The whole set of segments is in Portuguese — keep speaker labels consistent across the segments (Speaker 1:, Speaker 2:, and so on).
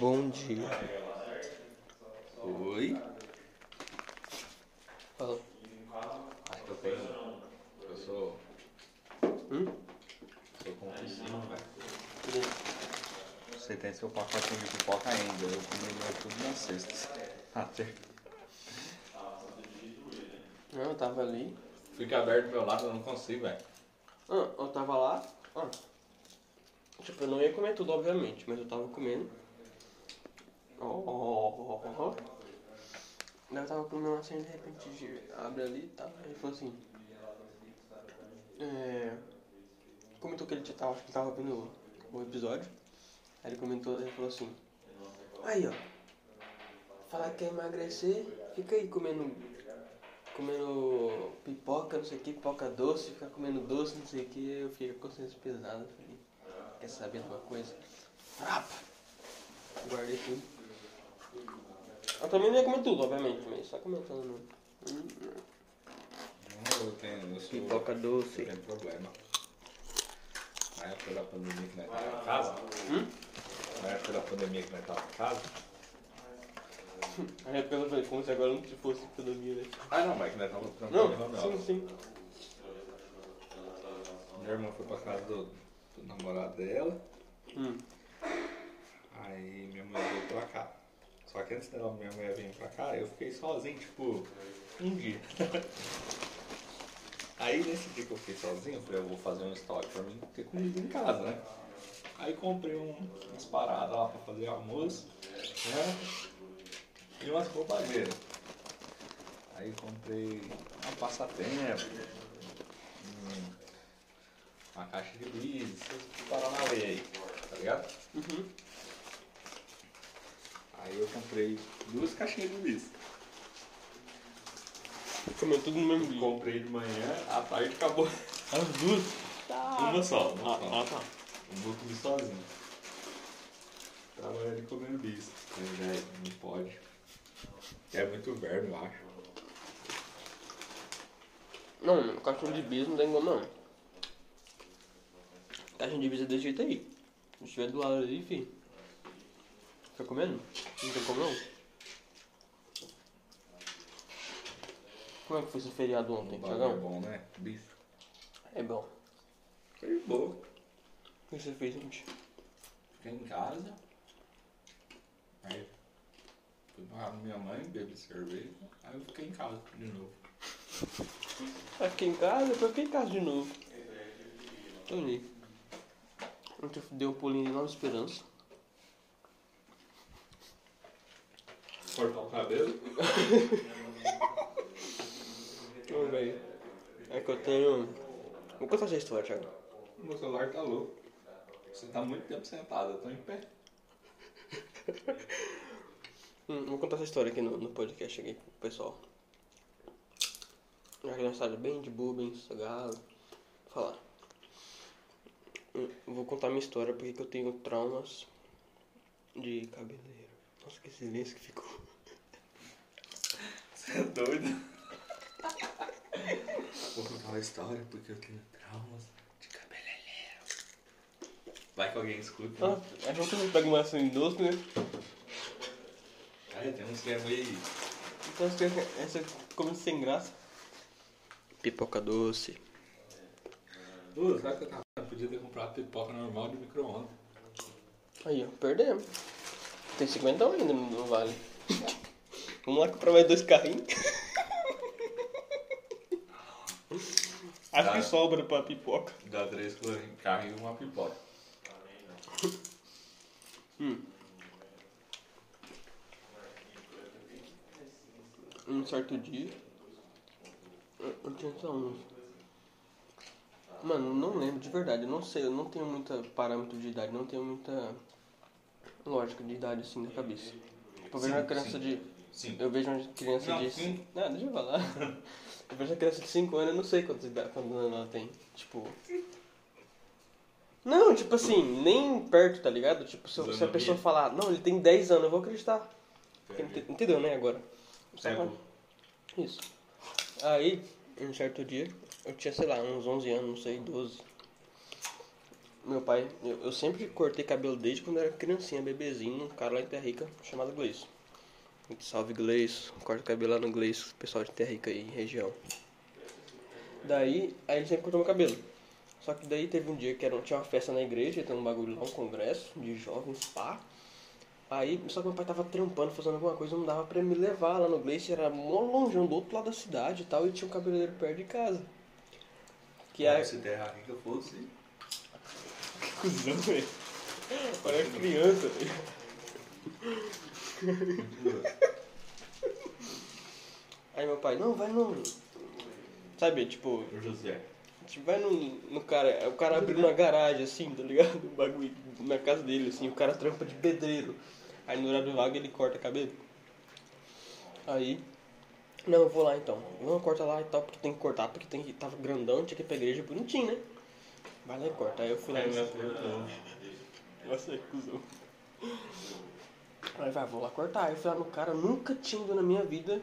Speaker 1: Bom dia.
Speaker 2: Oi?
Speaker 1: Fala.
Speaker 2: Acho que eu tenho. Eu sou.
Speaker 1: Hum?
Speaker 2: Sou compulsivo, né? velho. Você tem seu pacotinho de pipoca ainda. Eu comi meu tudo na sexta. Até.
Speaker 1: Não, Ah, eu tava ali.
Speaker 2: Fica aberto do meu lado, eu não consigo, velho.
Speaker 1: Ah, eu tava lá. Ah. Tipo, eu não ia comer tudo, obviamente, mas eu tava comendo. Oh, oh, oh, oh, oh. Daí eu tava comendo assim, de repente gi- abre ali e tal. Aí ele falou assim. É. Comentou que ele já tava, acho que ele tava vendo o episódio. Aí ele comentou, ele falou assim. Aí ó. Falar que quer emagrecer, fica aí comendo comendo pipoca, não sei o que, pipoca doce, ficar comendo doce, não sei o que, eu fiquei com a consciência pesada. Falei, quer saber de uma coisa? Frapa! Guardei tudo. Eu também não ia comer tudo, obviamente, mas só comentando mesmo. Hum,
Speaker 2: Eu tenho. Eu sou.
Speaker 1: Pipoca
Speaker 2: Eu
Speaker 1: doce.
Speaker 2: tenho problema. Na época da pandemia que nós tava em casa.
Speaker 1: Hum?
Speaker 2: Na época da pandemia que nós tava em casa.
Speaker 1: Aí eu falei, como se agora não te fosse economia, né?
Speaker 2: Ah não, mas que nós tava trampando em
Speaker 1: Não,
Speaker 2: Ronaldo.
Speaker 1: sim, sim.
Speaker 2: Minha irmã foi pra casa do, do namorado dela.
Speaker 1: Hum.
Speaker 2: Aí minha mãe veio pra cá. Só que antes dela, minha mãe vir pra cá, eu fiquei sozinho, tipo, um dia. Aí nesse dia que eu fiquei sozinho, eu falei, eu vou fazer um estoque pra mim ter comida em casa, né? Aí comprei um, umas paradas lá pra fazer almoço, né? E umas roubadeiras. Aí comprei um passatempo, um- uma caixa de bis, Paranauê aí, tá ligado?
Speaker 1: Uhum.
Speaker 2: Aí eu comprei duas caixinhas de bis.
Speaker 1: Comeu tudo no mesmo dia.
Speaker 2: Comprei de manhã, à tarde acabou.
Speaker 1: As duas?
Speaker 2: Uma só, uma
Speaker 1: Ah,
Speaker 2: só.
Speaker 1: ah, tá.
Speaker 2: Eu vou comer sozinho. Tava ele comendo bis. Mas velho, não pode. É muito verme, eu acho.
Speaker 1: Não, mano, caixinha de bis não tem como não. Caixinha de bis é desse jeito aí. Se estiver do lado ali, enfim. Fica comendo? Não tem como não. Como é que foi seu feriado ontem,
Speaker 2: O bagulho é
Speaker 1: Thiagão?
Speaker 2: bom, né? Bis.
Speaker 1: É bom.
Speaker 2: Foi bom.
Speaker 1: O que você fez ontem?
Speaker 2: Fiquei em casa. Aí fui pra casa da minha mãe, bebi cerveja. Aí eu fiquei em casa de novo.
Speaker 1: Eu Ah, fiquei em casa, depois eu fiquei em casa de novo. Entendi. Ontem eu dei um pulinho em Nova Esperança.
Speaker 2: Cortar o cabelo?
Speaker 1: Ô, velho. É que eu tenho... Vou contar essa história, Thiago.
Speaker 2: Meu celular tá louco. Você tá muito tempo sentado, eu tô em pé.
Speaker 1: Hum, vou contar essa história aqui no, no podcast aqui pro pessoal. Já que é uma história bem de boa, bem sossegada. Vou falar. Hum, vou contar minha história porque que eu tenho traumas de cabeleiro. Nossa, que silêncio que ficou.
Speaker 2: Você é doido? Vou contar uma história porque eu tenho traumas de cabeleireiro. Vai que alguém escuta.
Speaker 1: Ah,
Speaker 2: né?
Speaker 1: acho que você pega uma maçã em doce, né?
Speaker 2: Cara, tem uns que é meio.
Speaker 1: Então essa, essa comida sem graça. Pipoca doce.
Speaker 2: Ô, sabe o que eu tava? Eu podia ter comprado pipoca normal de micro-ondas.
Speaker 1: Aí, ó, perdemos. Tem 50 ainda no no vale. Vamos lá comprar mais dois carrinhos. Acho
Speaker 2: Tá.
Speaker 1: que sobra pra pipoca.
Speaker 2: Dá três clorinhos, carro e uma pipoca.
Speaker 1: Um certo dia. Eu eu tinha só uns. Mano, não lembro de verdade. Eu não sei, eu não tenho muita parâmetro de idade, não tenho muita lógica de idade assim na cabeça. Tipo, eu vejo
Speaker 2: Sim,
Speaker 1: uma criança
Speaker 2: sim.
Speaker 1: de.
Speaker 2: Sim.
Speaker 1: Eu vejo uma criança
Speaker 2: Não,
Speaker 1: de.
Speaker 2: sim.
Speaker 1: Não, deixa eu falar. Eu vejo uma criança de 5 anos, eu não sei quantos, ida- quantos anos ela tem. Tipo. Não, tipo assim, nem perto, tá ligado? Tipo, se, eu- se a
Speaker 2: Zona
Speaker 1: pessoa
Speaker 2: B.
Speaker 1: falar, não, ele tem 10 anos, eu vou acreditar. Porque
Speaker 2: Entendi.
Speaker 1: ente- Entendeu, né, agora? Só
Speaker 2: Pego.
Speaker 1: pra- Isso. Aí, um certo dia, eu tinha, sei lá, uns 11 anos, não sei, 12. Meu pai, eu, eu sempre cortei cabelo desde quando era criancinha, bebezinho, um cara lá em Terra Rica chamado Gleice. Muito Salve Gleice, corta o cabelo lá no Gleice, pessoal de Terra Rica aí, região. Daí, aí ele sempre cortou meu cabelo. Só que daí teve um dia que era, um- tinha uma festa na igreja, tem um bagulho lá, um congresso de jovens, pá. Aí, só que meu pai tava trampando, fazendo alguma coisa, não dava pra me levar lá no Gleice, era mó longeão do outro lado da cidade e tal, e tinha um cabeleireiro perto de casa. Que é-
Speaker 2: Como
Speaker 1: aí-
Speaker 2: se terra rica fosse.
Speaker 1: cuzão, velho. Parece criança, velho. Aí meu pai, não, vai no. Sabe, tipo,
Speaker 2: O José.
Speaker 1: tipo, vai no, no cara. O cara abriu uma garagem, assim, tá ligado? O bagulho na casa dele, assim, o cara trampa de pedreiro. Aí no horário vago ele corta cabelo. Aí. Não, eu vou lá então. Não, corta lá e tal, porque tem que cortar, porque tem que. Tava grandão, tinha que ir pra igreja bonitinho, né? Vai lá e corta. Aí eu fui lá e. né? Nossa, é cuzão. Aí vai, vou lá cortar. Eu fui lá no cara, nunca tinha ido na minha vida.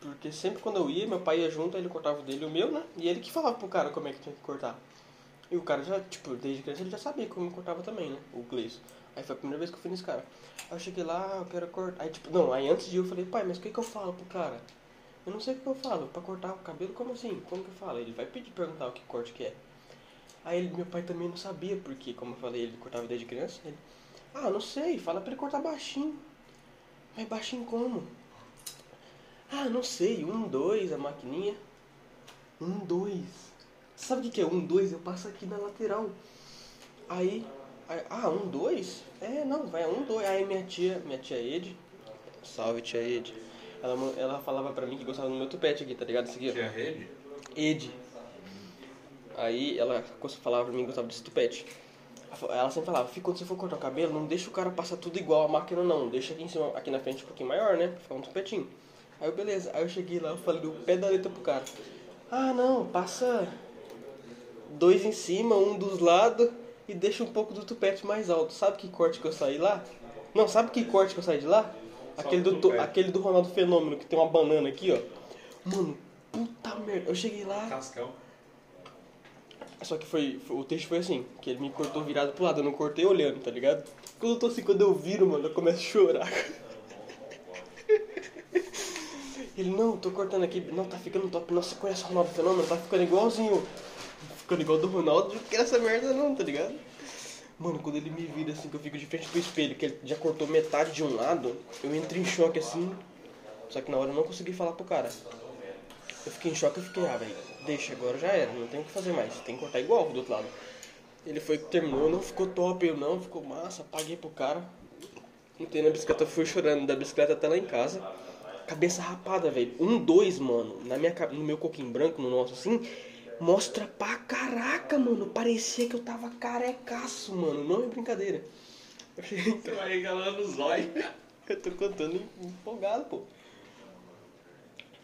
Speaker 1: Porque sempre quando eu ia, meu pai ia junto, aí ele cortava o dele e o meu, né? E ele que falava pro cara como é que tinha que cortar. E o cara já, tipo, desde criança ele já sabia como cortava também, né? O Gleison. Aí foi a primeira vez que eu fui nesse cara. Aí eu cheguei lá, "Ah, eu quero cortar. Aí, tipo, não, aí antes de ir eu falei, pai, mas o que que eu falo pro cara? Eu não sei o que que eu falo. Pra cortar o cabelo, como assim? Como que eu falo? Ele vai pedir perguntar o que corte que é. Aí ele- meu pai também não sabia, porque, como eu falei, ele cortava desde criança. Ele, ah, não sei, fala pra ele cortar baixinho. Mas baixinho como? Ah, não sei, um, dois, a maquininha. Um, dois. Sabe o que, que é um, dois? Eu passo aqui na lateral. Aí, aí, ah, um, dois? É, não, vai, um, dois. Aí minha tia, minha tia Ed, salve tia Ed. Ela, mo- ela falava pra mim que gostava do meu tupete aqui, tá ligado? Isso aqui, ó.
Speaker 2: Tinha rede?
Speaker 1: Ed. Aí ela cons- falava pra mim que gostava desse tupete. Ela fa- Ela sempre falava, "Fi, quando você for cortar o cabelo, não deixa o cara passar tudo igual a máquina não. Deixa aqui em cima, aqui na frente um pouquinho maior, né? Pra ficar um tupetinho. Aí eu, beleza. Aí eu cheguei lá, eu falei do pé da letra pro cara. Ah não, passa dois em cima, um dos lados e deixa um pouco do tupete mais alto. Sabe que corte que eu saí lá? Não, sabe que corte que eu saí de lá? Aquele do, tu-
Speaker 2: tupete.
Speaker 1: aquele do Ronaldo Fenômeno, que tem uma banana aqui, ó. Mano, puta merda. Eu cheguei lá.
Speaker 2: Cascão.
Speaker 1: Só que foi, foi- O texto foi assim, que ele me cortou virado pro lado, eu não cortei olhando, tá ligado? Quando eu tô assim, quando eu viro, mano, eu começo a chorar. Ele, não, tô cortando aqui, não, tá ficando top, nossa, conhece o Ronaldo Fenômeno, tá ficando igualzinho. Ficando igual do Ronaldo, eu não quero essa merda não, tá ligado? Mano, quando ele me vira assim, que eu fico de frente pro espelho, que ele já cortou metade de um lado, eu entro em choque assim. Só que na hora eu não consegui falar pro cara. Eu fiquei em choque, eu fiquei, ah, velho, deixa, agora já era, não tem o que fazer mais, tem que cortar igual do outro lado. Ele foi que terminou, não ficou top, eu não, ficou massa, paguei pro cara. Entrei na bicicleta, fui chorando da bicicleta até lá em casa. Cabeça rapada, velho. Um, dois, mano. Na minha, ca- no meu coquinho branco, no nosso assim, mostra pra caraca, mano. Parecia que eu tava carecaço, mano. Não é brincadeira. Eu cheguei-
Speaker 2: Você vai regalando o é zóio.
Speaker 1: eu tô contando em- empolgado, pô.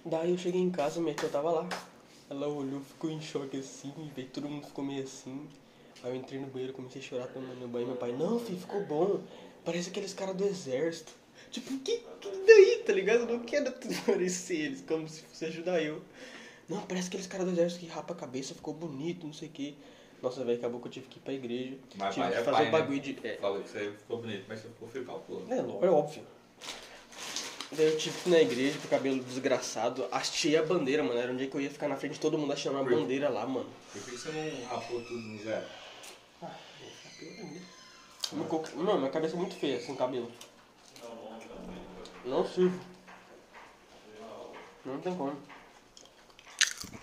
Speaker 1: Daí eu cheguei em casa, minha tia tava lá. Ela olhou, ficou em choque assim, veio todo mundo ficou meio assim. Aí eu entrei no banheiro, comecei a chorar tomando no banho. Meu pai, não, filho, ficou bom. Parece aqueles caras do exército. Tipo, que, que daí, tá ligado? Eu não quero parecer eles, como se fosse ajudar eu. Não, parece aqueles caras do exército que rapa a cabeça, ficou bonito, não sei o que. Nossa, velho, acabou que eu tive que ir pra igreja.
Speaker 2: Mas
Speaker 1: tive
Speaker 2: pai
Speaker 1: que
Speaker 2: é
Speaker 1: fazer
Speaker 2: pai,
Speaker 1: o
Speaker 2: né?
Speaker 1: bagulho de. é,
Speaker 2: Falou que você ficou bonito, mas você ficou feio pra porra.
Speaker 1: é, lógico, é óbvio. Daí eu tive que ir na igreja com o cabelo desgraçado, achei a bandeira, mano. Era um dia que eu ia ficar na frente de todo mundo achando uma
Speaker 2: Por quê?
Speaker 1: bandeira lá, mano.
Speaker 2: Por que você não rapou tudo no Zé?
Speaker 1: Meu co- Mano, minha cabeça é muito feia sem cabelo. Não sirvo. Não tem como.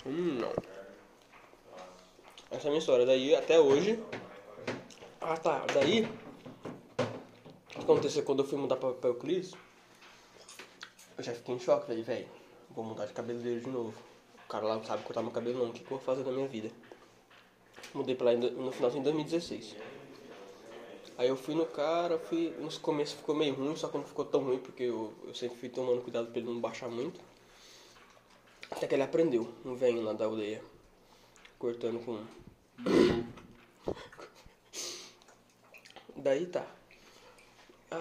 Speaker 1: Hum, não. Essa é a minha história. Daí até hoje. Ah tá, daí. O que aconteceu quando eu fui mudar pra, pra Euclides? Eu já fiquei em choque, falei, velho, vou mudar de cabeleireiro de novo. O cara lá não sabe cortar meu cabelo não, o que, que eu vou fazer na minha vida? Mudei pra lá em do- no finalzinho de 2016. Aí eu fui no cara, fui. Nos começos ficou meio ruim, só que não ficou tão ruim, porque eu, eu sempre fui tomando cuidado pra ele não baixar muito. Até que ele aprendeu, um velho lá da aldeia. Cortando com. um. Daí tá.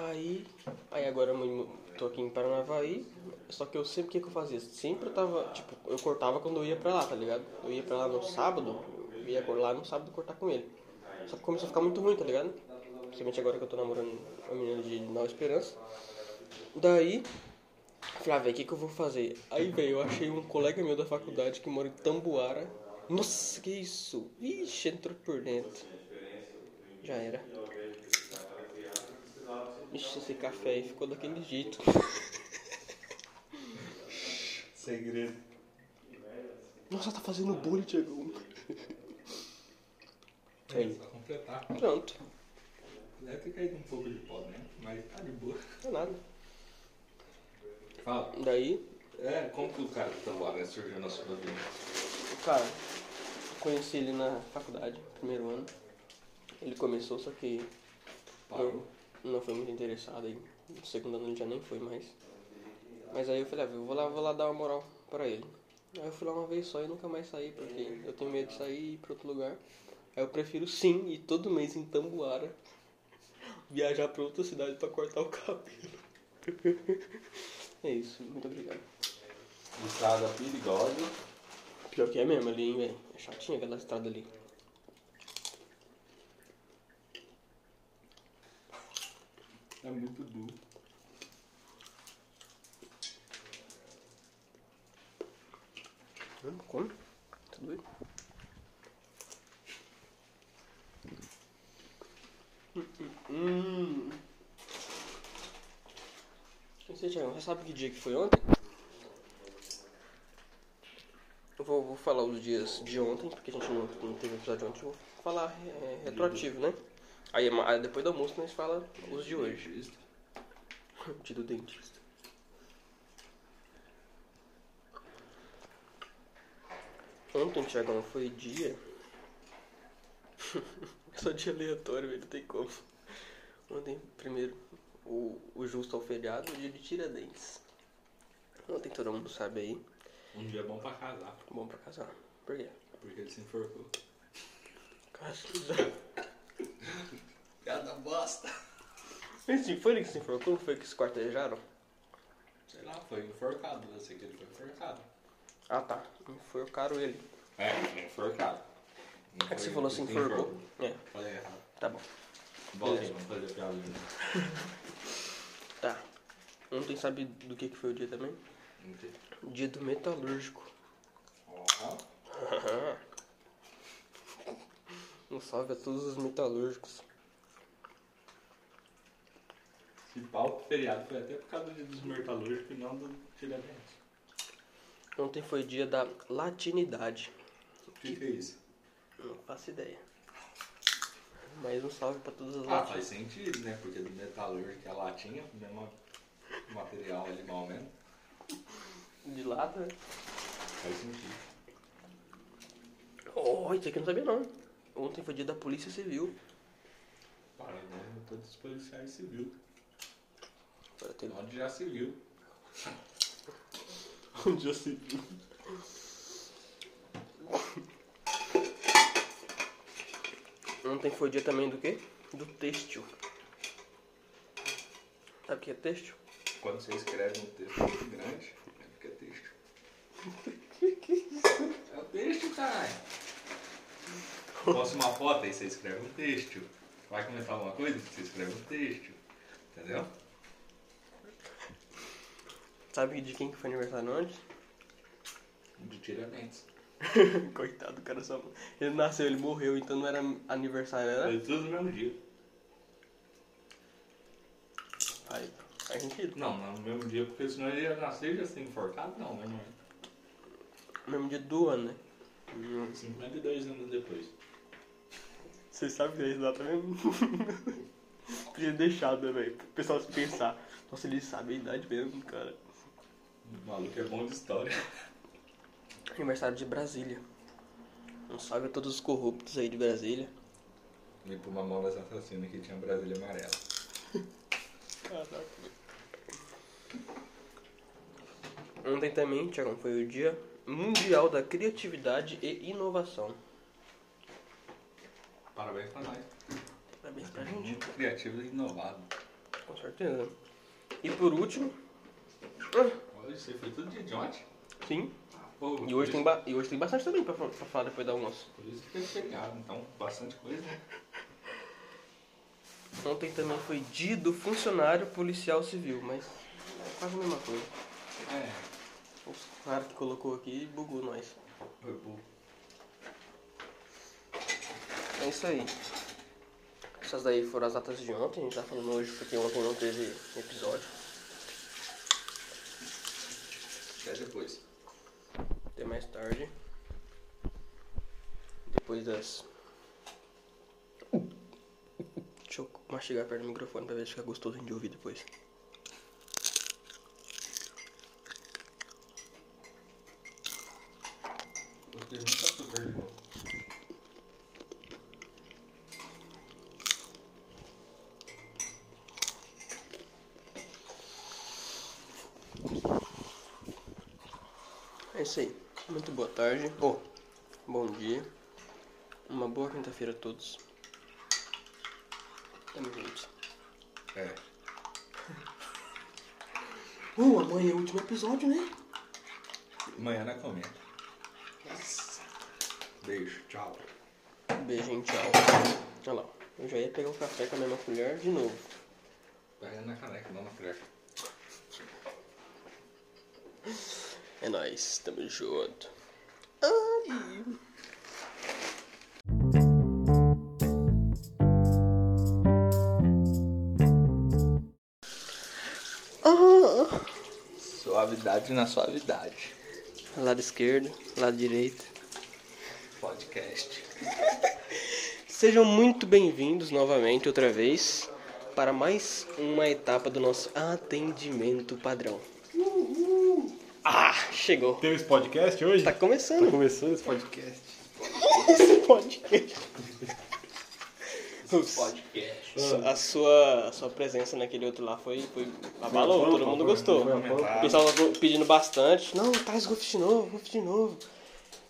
Speaker 1: Aí, aí agora eu mo- tô aqui em Paranavaí, só que eu sempre, o que, que eu fazia? Sempre eu tava, tipo, eu cortava quando eu ia pra lá, tá ligado? Eu ia pra lá no sábado, eu ia cor- lá no sábado cortar com ele. Só que começou a ficar muito ruim, tá ligado? Principalmente agora que eu tô namorando uma menina de Nova Esperança. Daí, eu falei, ah, velho, o que, que eu vou fazer? Aí, velho, eu achei um colega meu da faculdade que mora em Tambuara. Nossa, que isso? Vixe, entrou por dentro. Já era. Ixi, esse café aí ficou daquele jeito.
Speaker 2: Segredo.
Speaker 1: Nossa, tá fazendo bolha, Tiagão. Aí.
Speaker 2: É, Só completar.
Speaker 1: Pronto,
Speaker 2: Deve ter caído um pouco de pó, né? Mas tá de boa.
Speaker 1: não é nada.
Speaker 2: Fala.
Speaker 1: Daí,
Speaker 2: É, como que o cara do Tambuara surgiu na sua vida?
Speaker 1: cara, conheci ele na faculdade, primeiro ano. Ele começou, só que
Speaker 2: Parou.
Speaker 1: Não, não foi muito interessado aí. No segundo ano ele já nem foi mais. Mas aí eu falei, ah, eu vou lá, vou lá dar uma moral pra ele. Aí eu fui lá uma vez só e nunca mais saí, porque eu tenho medo de sair e ir pra outro lugar. Aí eu prefiro sim ir todo mês em Tambuara viajar pra outra cidade pra cortar o cabelo. é isso, muito obrigado.
Speaker 2: Estrada perigosa.
Speaker 1: Pior que é mesmo ali, hein, velho. É chatinha aquela estrada ali.
Speaker 2: É muito duro.
Speaker 1: Hum, Como? Tá doido? Hum, hum, hum. E Você, Thiago, você sabe que dia que foi ontem? Eu vou, vou falar os dias de ontem, porque a gente não, não teve episódio ontem, eu vou falar é, retroativo, né? Aí, é ma- aí depois do almoço nós fala os de hoje. Dia do dentista. Ontem, Thiagão, foi dia. Só dia aleatório, velho, não tem como. Ontem, primeiro, o, o justo ao feriado, o dia de Tiradentes. Ontem todo mundo sabe aí.
Speaker 2: Um dia bom pra casar,
Speaker 1: Bom pra casar. Por quê?
Speaker 2: porque ele se enforcou.
Speaker 1: Casar.
Speaker 2: Piada bosta.
Speaker 1: Esse foi ele que se enforcou? Não foi que se quartejaram?
Speaker 2: Sei lá, foi enforcado. Eu sei que ele foi enforcado.
Speaker 1: Ah, tá. Enforcaram ele.
Speaker 2: É, enforcado. Não
Speaker 1: É que você
Speaker 2: foi-
Speaker 1: falou assim,
Speaker 2: ele
Speaker 1: enforcou. É,
Speaker 2: Falei errado.
Speaker 1: tá bom.
Speaker 2: Volta aí,
Speaker 1: Beleza.
Speaker 2: vamos fazer a piada.
Speaker 1: Tá. Ontem sabe do que, que foi o dia também? O dia do metalúrgico.
Speaker 2: Ó,
Speaker 1: Um salve a todos os metalúrgicos.
Speaker 2: Se pau o feriado foi até por causa do dia dos metalúrgicos e não do tiradentes.
Speaker 1: Ontem foi dia da latinidade.
Speaker 2: O que, que é isso?
Speaker 1: Não faço ideia. Mais um salve pra todas as
Speaker 2: Ah,
Speaker 1: latinas.
Speaker 2: faz sentido, né? Porque do metalúrgico é latinha, o mesmo material ali, mal menos.
Speaker 1: De né? lata?
Speaker 2: Faz sentido.
Speaker 1: Oh, isso aqui eu não sabia não. Ontem foi dia da polícia civil.
Speaker 2: Para, não, todos os policiais civil.
Speaker 1: Agora teve
Speaker 2: Onde já se viu.
Speaker 1: um dia civil. Ontem foi dia também do quê? Do têxtil. Sabe o que é têxtil?
Speaker 2: Quando você escreve um texto muito grande, é porque é texto. É o texto, caralho. Posso uma foto aí, você escreve um texto. Vai comentar alguma coisa? Você escreve um texto. Entendeu?
Speaker 1: Sabe de quem que foi aniversário ontem?
Speaker 2: De tiradentes.
Speaker 1: Coitado, o cara só. Ele nasceu, ele morreu, então não era aniversário, era?
Speaker 2: Foi tudo no mesmo dia.
Speaker 1: Aí, faz sentido.
Speaker 2: Não, não no mesmo dia, porque senão ele ia nascer e já ser enforcado. Não, né, mano?
Speaker 1: Mesmo dia do ano, né?
Speaker 2: 52 anos depois.
Speaker 1: Vocês sabem que eles lá também. Podia deixar, né, velho? O pessoal se pensar. Nossa, eles sabem a idade mesmo, cara.
Speaker 2: O maluco é bom de história.
Speaker 1: Aniversário de Brasília. Um salve a todos os corruptos aí de Brasília.
Speaker 2: Limpa uma mão das assassinas que tinha Brasília amarela.
Speaker 1: Caraca. Ontem também, Tiagão, foi o Dia Mundial da Criatividade e Inovação.
Speaker 2: Parabéns pra nós.
Speaker 1: Parabéns pra gente.
Speaker 2: É Muito criativo e inovado.
Speaker 1: Com certeza. E por último. ah,
Speaker 2: Olha, isso aí foi tudo dia de ontem.
Speaker 1: Sim.
Speaker 2: Ah, Pô,
Speaker 1: E hoje,
Speaker 2: por
Speaker 1: tem ba- e hoje tem bastante também pra, fa- pra falar depois do almoço.
Speaker 2: isso- Por isso que teve feriado, então, bastante coisa.
Speaker 1: Ontem também foi dia do funcionário policial civil, mas é quase a mesma coisa.
Speaker 2: É,
Speaker 1: O cara que colocou aqui bugou nós.
Speaker 2: foi pouco.
Speaker 1: É isso aí. Essas daí foram as datas de ontem, a gente tá falando hoje porque ontem não teve episódio.
Speaker 2: Até depois.
Speaker 1: Até mais tarde. Depois das. Deixa eu mastigar perto do microfone pra ver se fica gostoso de ouvir depois.
Speaker 2: Eu tenho muito açúcar de novo.
Speaker 1: É isso aí. Muito boa tarde. Ou bom dia. Uma boa quinta-feira a todos. Tamo junto.
Speaker 2: É.
Speaker 1: Uh, amanhã é o último episódio, né?
Speaker 2: Amanhã na comenta. Beijo, tchau.
Speaker 1: Beijinho, tchau. Olha lá. Eu já ia pegar o café com a mesma colher de novo.
Speaker 2: Pega na caneca, não na creche.
Speaker 1: É nóis. Tamo junto. Ah. Ah.
Speaker 2: Suavidade na suavidade.
Speaker 1: Lado esquerdo, lado direito.
Speaker 2: Podcast.
Speaker 1: Sejam muito bem-vindos novamente, outra vez, para mais uma etapa do nosso atendimento padrão. Ah, chegou.
Speaker 3: Teve esse podcast hoje?
Speaker 1: Tá
Speaker 3: Tá
Speaker 1: começando
Speaker 3: começando esse podcast.
Speaker 1: esse podcast. Ups.
Speaker 2: Podcast.
Speaker 1: A sua, a sua presença naquele outro lá foi, foi abalou,
Speaker 3: Foi,
Speaker 1: todo
Speaker 3: foi,
Speaker 1: mundo
Speaker 3: foi,
Speaker 1: gostou.
Speaker 3: foi, foi.
Speaker 1: O pessoal tava pedindo bastante. Não, Thais Ruff de novo, Ruff de novo.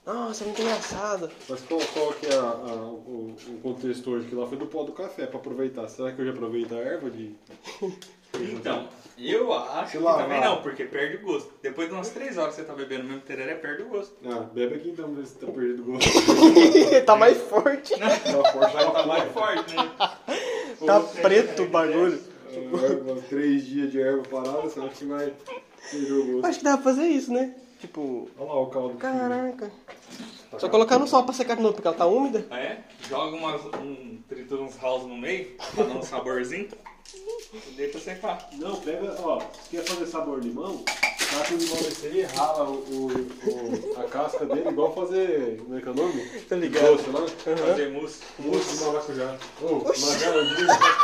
Speaker 1: Nossa, muito engraçado.
Speaker 3: Mas qual, qual que é a- a- o, o contexto hoje que lá foi do pó do café pra aproveitar? Será que eu já aproveito a erva de.
Speaker 2: Então, eu acho
Speaker 3: Se
Speaker 2: que
Speaker 3: lavar.
Speaker 2: também não, porque perde o gosto. Depois de umas 3 horas que você tá bebendo o mesmo tereré, perde o gosto.
Speaker 3: Ah, bebe aqui então, ver se tá perdido o gosto.
Speaker 1: tá mais forte.
Speaker 3: Tá forte,
Speaker 2: Vai
Speaker 3: tá
Speaker 2: tá mais forte, né?
Speaker 1: Tá
Speaker 3: é,
Speaker 1: preto o bagulho.
Speaker 3: erva, Três dias de erva parada, você acha que vai perder o gosto?
Speaker 1: Acho que dá pra fazer isso, né? Tipo,
Speaker 3: Olha lá o caldo. que
Speaker 1: Caraca. Só colocar no sol pra secar de novo, porque ela tá úmida.
Speaker 2: É? Joga umas, um, tritura uns house no meio, pra dar um saborzinho. E deixa secar.
Speaker 3: fica. Não, pega, ó, se quer fazer sabor limão, cata o limão desse aí, rala o, o- o- a casca dele, igual fazer. Como é que é o nome?
Speaker 1: Tá ligado?
Speaker 3: Doce lá.
Speaker 2: Fazer mousse.
Speaker 3: Mousse de maracujá. Ô, maracujá.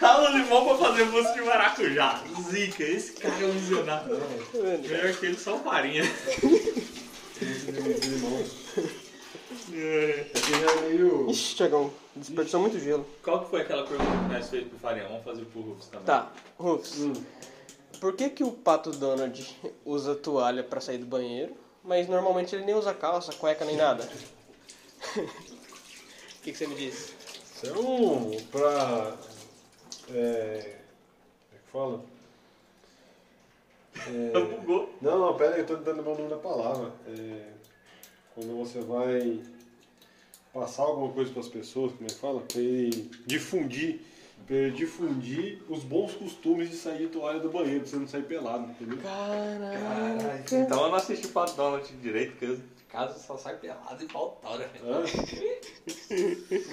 Speaker 2: Rala o limão pra fazer mousse de maracujá. Zica, esse cara é um visionário. Melhor que ele, só farinha.
Speaker 3: de limão.
Speaker 2: É.
Speaker 3: Aqui já é meio.
Speaker 1: Ixi, Tiagão, desperdiçou muito gelo.
Speaker 2: Qual que foi aquela pergunta que nós fez pro Farinha? Vamos fazer pro Rufus também.
Speaker 1: Tá, Rufus,
Speaker 3: Hum,
Speaker 1: por que que o Pato Donald usa toalha pra sair do banheiro, mas normalmente ele nem usa calça, cueca, nem nada? O que, que você me diz?
Speaker 3: isso é um. pra. É. Como é que fala? É,
Speaker 2: Bugou.
Speaker 3: não, não, pera aí, eu tô tentando lembrar o nome da palavra. É, quando você vai passar alguma coisa pras pessoas, como é que fala? Pra ele difundir. Pra ele difundir os bons costumes de sair de toalha do banheiro, pra você não sair pelado, entendeu?
Speaker 1: Caralho.
Speaker 2: Então eu não assisti o Pato Donald direito, porque eu, de casa só sai pelado e né? pautora. velho.
Speaker 3: Hã?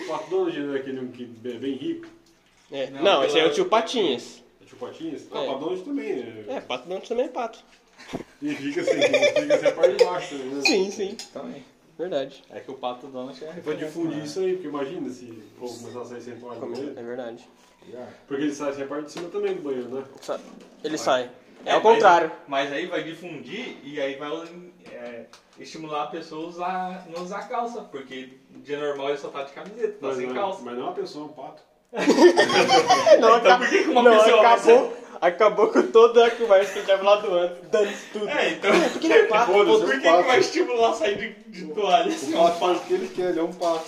Speaker 3: O Pato Donald não é aquele que é bem rico?
Speaker 1: É,
Speaker 2: Não,
Speaker 1: Não, esse aí é o
Speaker 2: pela-
Speaker 1: tio Patinhas.
Speaker 3: É tio Patinhas?
Speaker 1: É.
Speaker 3: Ah, o Pato Donald também. É.
Speaker 1: É, Pato Donald também é pato.
Speaker 3: E fica assim, fica assim a parte de baixo, né?
Speaker 1: Sim, sim,
Speaker 2: Também.
Speaker 1: verdade.
Speaker 2: É que o Pato Donald é.
Speaker 3: Pra difundir isso aí, porque imagina se o povo começar a sair sem tomar
Speaker 1: É
Speaker 3: banheiro.
Speaker 1: verdade.
Speaker 2: É,
Speaker 3: Porque ele sai sem a parte de cima também do banheiro, né?
Speaker 1: Sa- Ele sai. É ao contrário.
Speaker 2: Mas, aí vai difundir e aí vai é, estimular a pessoa a usar, não usar calça, porque dia normal ele só tá de camiseta, tá
Speaker 3: Mas,
Speaker 2: sem
Speaker 3: não é-
Speaker 2: calça.
Speaker 3: mas não é uma pessoa, é um pato.
Speaker 1: Não,
Speaker 2: Então
Speaker 1: aca-
Speaker 2: por que que uma
Speaker 1: não,
Speaker 2: pessoa vai
Speaker 1: acabou, é. acabou com toda a conversa que a gente tinha falado antes. Dando tudo.
Speaker 2: É, então.
Speaker 1: Por que ele é pato?
Speaker 3: Foda-se,
Speaker 2: Por
Speaker 3: é
Speaker 2: que,
Speaker 3: um
Speaker 2: que
Speaker 3: pato.
Speaker 2: vai estimular a sair de, de toalha? assim,
Speaker 3: O
Speaker 2: ó?
Speaker 3: pato faz o que ele quer, ele é um pato.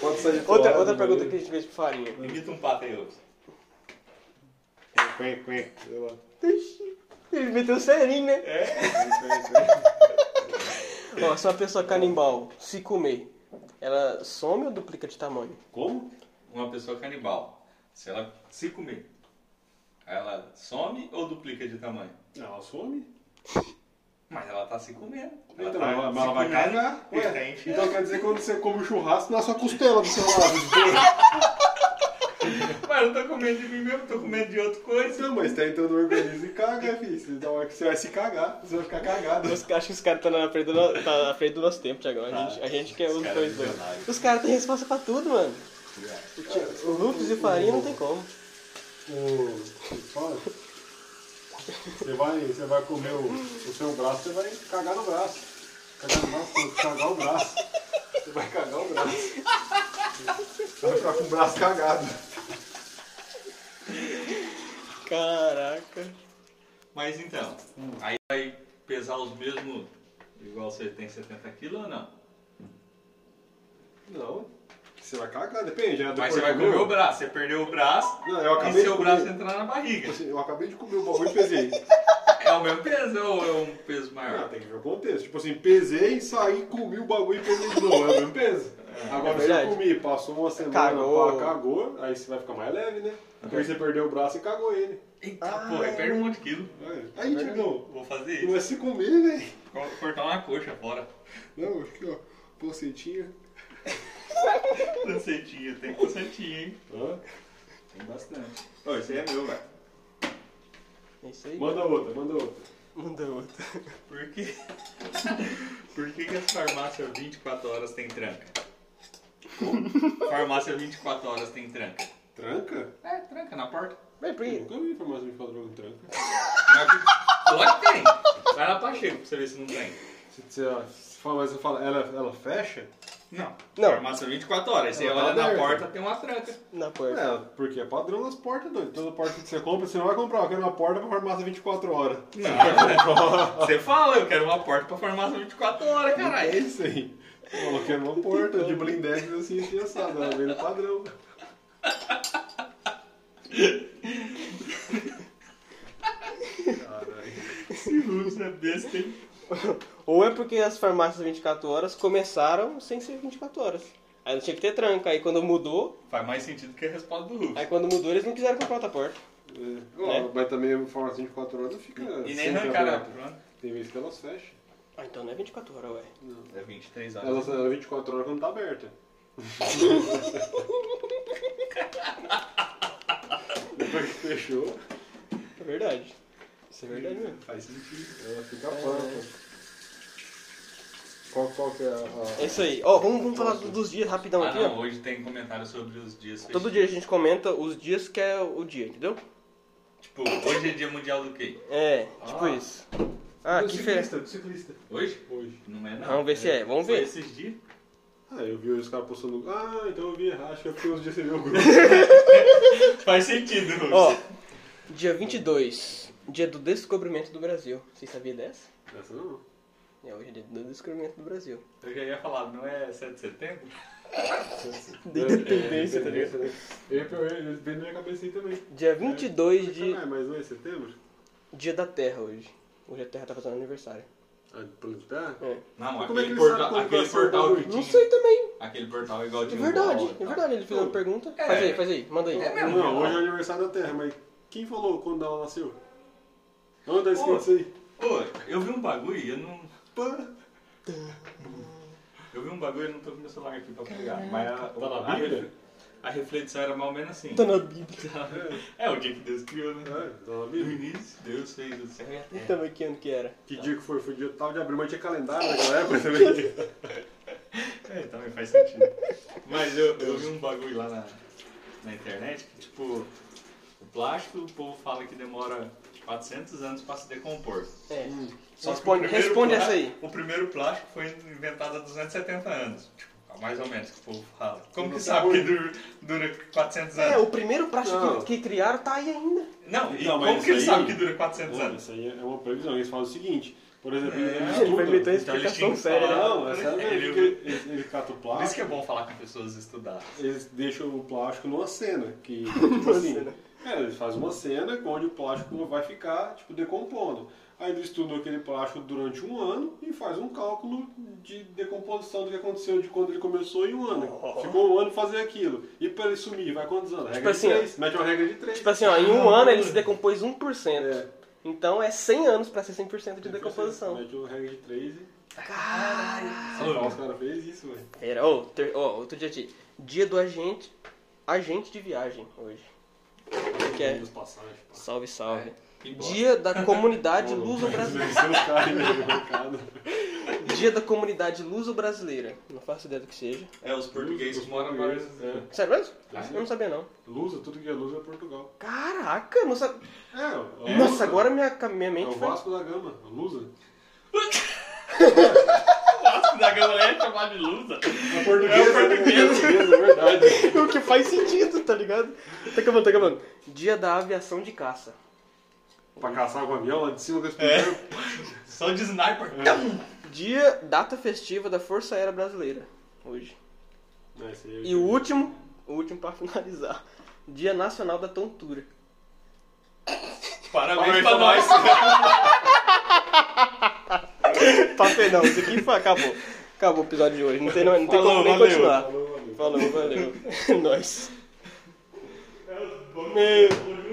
Speaker 3: Pode sair de
Speaker 1: Outra,
Speaker 3: lado,
Speaker 1: outra pergunta
Speaker 3: né?
Speaker 1: que a gente fez pro Farinha.
Speaker 2: Imita um pato aí, Lucas.
Speaker 3: Quen, quen, sei lá.
Speaker 1: Ele meteu serinho, né?
Speaker 3: Quen,
Speaker 1: Ó, se uma pessoa canibal se comer, ela some ou duplica de tamanho?
Speaker 2: Como? Uma pessoa canibal. Se ela se comer, ela some ou duplica de tamanho?
Speaker 3: quen. Ela some?
Speaker 2: Mas ela tá se comendo.
Speaker 3: Então,
Speaker 2: tá
Speaker 3: ela- ela vai cagar.
Speaker 2: Ué,
Speaker 3: Ué,
Speaker 2: tá
Speaker 1: É.
Speaker 2: enchendo.
Speaker 3: Então quer dizer que quando você come o churrasco, nasce a costela do seu lado.
Speaker 2: Mas eu tô comendo de mim mesmo, tô comendo de outra coisa.
Speaker 3: Não, mas tá entrando no organismo e caga, filho. Da hora que você vai se cagar, você vai ficar cagado. né?
Speaker 1: Os, acho que os caras estão tá na, frente do no- tá na frente do nosso tempo, Tiagão. A gente, a gente quer
Speaker 2: Os
Speaker 1: os
Speaker 2: caras
Speaker 1: dois dois.
Speaker 2: milionários.
Speaker 1: Os caras têm resposta pra tudo, mano. O Ti- O Lucas e o Farinha não tem como.
Speaker 3: O- Você fala? Você vai, você vai comer o, o seu braço, você vai cagar no braço. Cagar no braço, não, cagar o braço. Você vai cagar o braço. Você vai ficar com o braço cagado.
Speaker 1: Caraca.
Speaker 2: Mas então, aí vai pesar os mesmos, igual você tem 70 quilos ou não?
Speaker 3: Não. Você vai cagar, depende. né?
Speaker 2: Mas
Speaker 3: Depois
Speaker 2: você vai
Speaker 3: do
Speaker 2: comer
Speaker 3: meu.
Speaker 2: o braço, você perdeu o braço
Speaker 3: Não, eu
Speaker 2: e
Speaker 3: acabei de
Speaker 2: seu
Speaker 3: comer.
Speaker 2: braço entrar na barriga.
Speaker 3: Eu acabei de comer o bagulho e pesei.
Speaker 2: É o mesmo peso ou é um peso
Speaker 3: Ah,
Speaker 2: maior?
Speaker 3: tem que ver o contexto. Tipo assim, pesei, saí, comi o bagulho e pesei de novo. É o mesmo peso.
Speaker 1: É
Speaker 3: Agora, se
Speaker 1: verdade.
Speaker 3: eu comi, passou uma semana,
Speaker 1: Cagou.
Speaker 3: pá, cagou, aí você vai ficar mais leve,
Speaker 2: É
Speaker 3: né? Porque você perdeu o braço e cagou ele.
Speaker 2: Eita, pô, aí perde um monte de quilo.
Speaker 3: É. Aí, Tiagão,
Speaker 2: Vou fazer isso.
Speaker 3: não é se comer, velho.
Speaker 2: Vou Cortar uma coxa fora.
Speaker 3: Não, aqui, ó, pocetinha.
Speaker 2: Dancetinha, tem dancetinha, hein?
Speaker 3: Hã?
Speaker 2: Tem bastante. Ô, esse aí é meu, velho.
Speaker 1: É isso aí.
Speaker 3: Manda outra, manda outra.
Speaker 1: Manda outra.
Speaker 2: Por quê? Por que, que as farmácias 24 horas tem tranca? Farmácia 24 horas tem tranca.
Speaker 3: Tranca?
Speaker 2: É, tranca na porta.
Speaker 1: Mas por
Speaker 3: Eu
Speaker 1: quê?
Speaker 3: nunca vi farmácia de padrão em tranca.
Speaker 2: Mas que- Lógico que tem. Vai na Pacheco pra você ver se não tem.
Speaker 3: Se você se fala, mas você fala, ela, ela fecha?
Speaker 2: Não. É
Speaker 1: Não.
Speaker 2: Farmácia 24 horas. Aí você
Speaker 3: Ela tá
Speaker 2: olha na
Speaker 3: aberta.
Speaker 2: porta, tem uma tranca.
Speaker 1: Na porta.
Speaker 3: É, porque é padrão nas portas, doido. Toda porta que você compra, você não vai comprar, eu quero uma porta pra farmácia 24 horas.
Speaker 2: Não. né? Você fala, eu quero uma porta pra farmácia 24 horas,
Speaker 3: É
Speaker 2: caralho.
Speaker 3: isso aí. Falou que era uma porta de blindex assim, assim, assado. Ela veio no padrão. Caralho.
Speaker 2: Esse russo é besta, hein?
Speaker 1: Ou é porque as farmácias 24 horas começaram sem ser 24 horas. Aí não tinha que ter tranca. Aí quando mudou,
Speaker 2: Faz mais sentido que a resposta do Hulk.
Speaker 1: aí quando mudou eles não quiseram comprar outra porta.
Speaker 3: É. Ó, Mas também a farmácia 24 assim, horas não fica.
Speaker 2: E nem
Speaker 3: sempre
Speaker 2: arrancaram a
Speaker 3: aberta.
Speaker 2: pronta.
Speaker 3: Tem vezes que elas fecham.
Speaker 1: Ah, então não é 24 horas, ué.
Speaker 2: É 23 horas.
Speaker 3: Elas, elas 24 horas quando tá aberta. Depois que fechou,
Speaker 1: É verdade. Isso é verdade mesmo.
Speaker 2: Faz sentido.
Speaker 3: ela fica pronta. Qual, qual que é a.
Speaker 1: É isso aí. Ó, vamos, vamos falar dos dias rapidão
Speaker 2: Ah,
Speaker 1: aqui,
Speaker 2: não,
Speaker 1: ó.
Speaker 2: hoje tem comentário sobre os dias
Speaker 1: Todo dia a gente comenta os dias que é o dia, entendeu?
Speaker 2: Tipo, hoje é dia mundial do quê?
Speaker 1: É, tipo
Speaker 2: Ah.
Speaker 1: isso. Ah,
Speaker 3: do
Speaker 1: que diferença.
Speaker 3: ciclista, do ciclista.
Speaker 2: Hoje?
Speaker 3: Hoje.
Speaker 2: Não é não.
Speaker 1: Vamos ver se é, vamos
Speaker 2: Foi
Speaker 1: ver.
Speaker 2: esses dias.
Speaker 3: Ah, eu vi os caras postando. Ah, então eu vi errado. Acho que é porque hoje você viu o grupo.
Speaker 2: Faz sentido, Russo.
Speaker 1: Ó, dia 22, dia do descobrimento do Brasil. Vocês sabiam dessa?
Speaker 3: Essa não.
Speaker 1: É, hoje é dia do descobrimento do Brasil.
Speaker 2: Eu já ia falar, não é 7 de setembro?
Speaker 1: Da independência, tá ligado?
Speaker 3: né? Eu, eu, eu veio na minha cabeça aí também.
Speaker 1: Dia
Speaker 3: É,
Speaker 1: 22 de
Speaker 3: sacanagem, mas não é setembro?
Speaker 1: dia da Terra hoje. Hoje a Terra tá fazendo aniversário.
Speaker 3: Ah, de planetar?
Speaker 1: É.
Speaker 2: Não,
Speaker 3: Mas
Speaker 2: mas
Speaker 3: como é que
Speaker 2: aquele,
Speaker 3: ele sabe
Speaker 2: porta,
Speaker 3: quando
Speaker 2: aquele
Speaker 3: vai ser o
Speaker 2: portal que
Speaker 3: bagulho?
Speaker 2: tinha.
Speaker 1: Não sei também.
Speaker 2: Aquele portal igual
Speaker 1: É
Speaker 2: tinha.
Speaker 1: verdade,
Speaker 2: o Bola, tá?
Speaker 1: é verdade. Ele fez uma pergunta.
Speaker 2: É.
Speaker 1: Faz aí, faz aí. Manda aí.
Speaker 2: É mesmo?
Speaker 3: Não, hoje é o aniversário da Terra, mas quem falou quando ela nasceu? Onde tá escrito
Speaker 2: Pô.
Speaker 3: isso aí?
Speaker 2: Pô, eu vi um bagulho e eu não. Eu vi um bagulho e não tô com meu celular aqui pra pegar. Mas a,
Speaker 3: Tá na
Speaker 2: a-
Speaker 3: Bíblia?
Speaker 2: A reflexão era mais ou menos assim.
Speaker 1: Tá na Bíblia.
Speaker 2: É o dia que Deus criou, né?
Speaker 3: Então- É, tá na
Speaker 2: No
Speaker 3: Bíblia.
Speaker 2: início, Deus fez o céu e a terra.
Speaker 1: Então, que ano que era?
Speaker 3: Que dia que foi? Foi dia tal de abril, mas tinha calendário naquela época também.
Speaker 2: É, também faz sentido. Mas eu, eu vi um bagulho lá na, na internet que, tipo, o plástico, o povo fala que demora 400 anos pra se decompor.
Speaker 1: É.
Speaker 2: Só que o
Speaker 1: Responde-
Speaker 2: primeiro
Speaker 1: responde
Speaker 2: plá-
Speaker 1: essa aí.
Speaker 2: O primeiro plástico foi inventado há 270 anos. Tipo, mais ou menos, que o povo fala. Como que sabe que dura, dura 400 anos?
Speaker 1: tá É, o primeiro plástico
Speaker 3: Não.
Speaker 1: que, que criaram tá aí ainda.
Speaker 2: Não, e
Speaker 3: Não, mas
Speaker 2: como que ele
Speaker 3: isso aí-
Speaker 2: sabe que dura 400
Speaker 3: Não,
Speaker 2: anos?
Speaker 3: isso aí é uma previsão. Eles falam o seguinte: Por exemplo, ele
Speaker 2: É,
Speaker 3: estuda.
Speaker 2: ele
Speaker 1: vai inventar
Speaker 2: Então a gente
Speaker 1: explicação
Speaker 2: tem que
Speaker 1: séria, né?
Speaker 2: falar-
Speaker 3: Não, é sério,
Speaker 2: Ele-
Speaker 3: ele, ele, ele cata o
Speaker 2: Por isso
Speaker 3: plástico,
Speaker 2: que é bom falar com pessoas estudadas.
Speaker 3: eles deixam o plástico numa cena, que tipo assim,
Speaker 1: cena.
Speaker 3: é, eles fazem uma cena onde o plástico vai ficar, tipo, decompondo. Aí ele estuda aquele plástico durante um ano e faz um cálculo de decomposição do que aconteceu de quando ele começou em um ano. Ficou um ano fazer aquilo. E pra ele sumir, vai quantos anos?
Speaker 1: Tipo
Speaker 3: Regra de
Speaker 1: assim, ó.
Speaker 3: três. Mete uma regra de três.
Speaker 1: Tipo assim, ó, em um ano ele se decompôs 1%.
Speaker 3: É.
Speaker 1: Então é 100 anos pra ser 100% de decomposição.
Speaker 3: Mete uma regra de três e...
Speaker 1: Caralho!
Speaker 3: São Paulo, os caras fez isso, velho.
Speaker 1: Era, ó, ter- ó, outro dia aqui. Dia do agente, agente de viagem hoje. Que é,
Speaker 3: Os passagens, pá.
Speaker 1: salve, salve.
Speaker 2: Que bosta.
Speaker 1: Dia da comunidade
Speaker 3: Os
Speaker 1: luso-brasileira.
Speaker 3: caras aí no mercado.
Speaker 1: Dia da comunidade luso-brasileira. Não faço ideia do que seja.
Speaker 2: É, os portugueses que moram agora.
Speaker 3: É.
Speaker 1: Sério mesmo?
Speaker 3: Ah, sim.
Speaker 1: Eu não sabia, não.
Speaker 3: Lusa, tudo que é Lusa é Portugal.
Speaker 1: Caraca, não sabia.
Speaker 3: É, ó,
Speaker 1: Nossa,
Speaker 3: Lusa.
Speaker 1: agora minha, ca- minha
Speaker 3: É o
Speaker 1: mente foi.
Speaker 3: Vasco da Gama, Lusa.
Speaker 2: Da galera é chamada de lusa.
Speaker 3: É português,
Speaker 2: É português.
Speaker 3: é verdade.
Speaker 1: o que faz sentido, tá ligado? Tá acabando, tá acabando. Dia da aviação de caça.
Speaker 3: pra caçar com o avião lá de cima, que é.
Speaker 2: Só de sniper.
Speaker 1: Dia, data festiva da Força Aérea Brasileira. Hoje.
Speaker 3: Esse aí é
Speaker 1: E o último, o último pra finalizar. Dia Nacional da Tontura.
Speaker 2: Parabéns
Speaker 3: pra
Speaker 2: pra nós.
Speaker 1: Papel não, isso aqui foi, acabou. Acabou o episódio de hoje. Não tem, não, não tem
Speaker 2: Falou,
Speaker 1: como nem
Speaker 2: valeu.
Speaker 1: continuar.
Speaker 3: Falou,
Speaker 1: Falou,
Speaker 3: valeu.
Speaker 1: valeu. É nóis.
Speaker 2: Meu.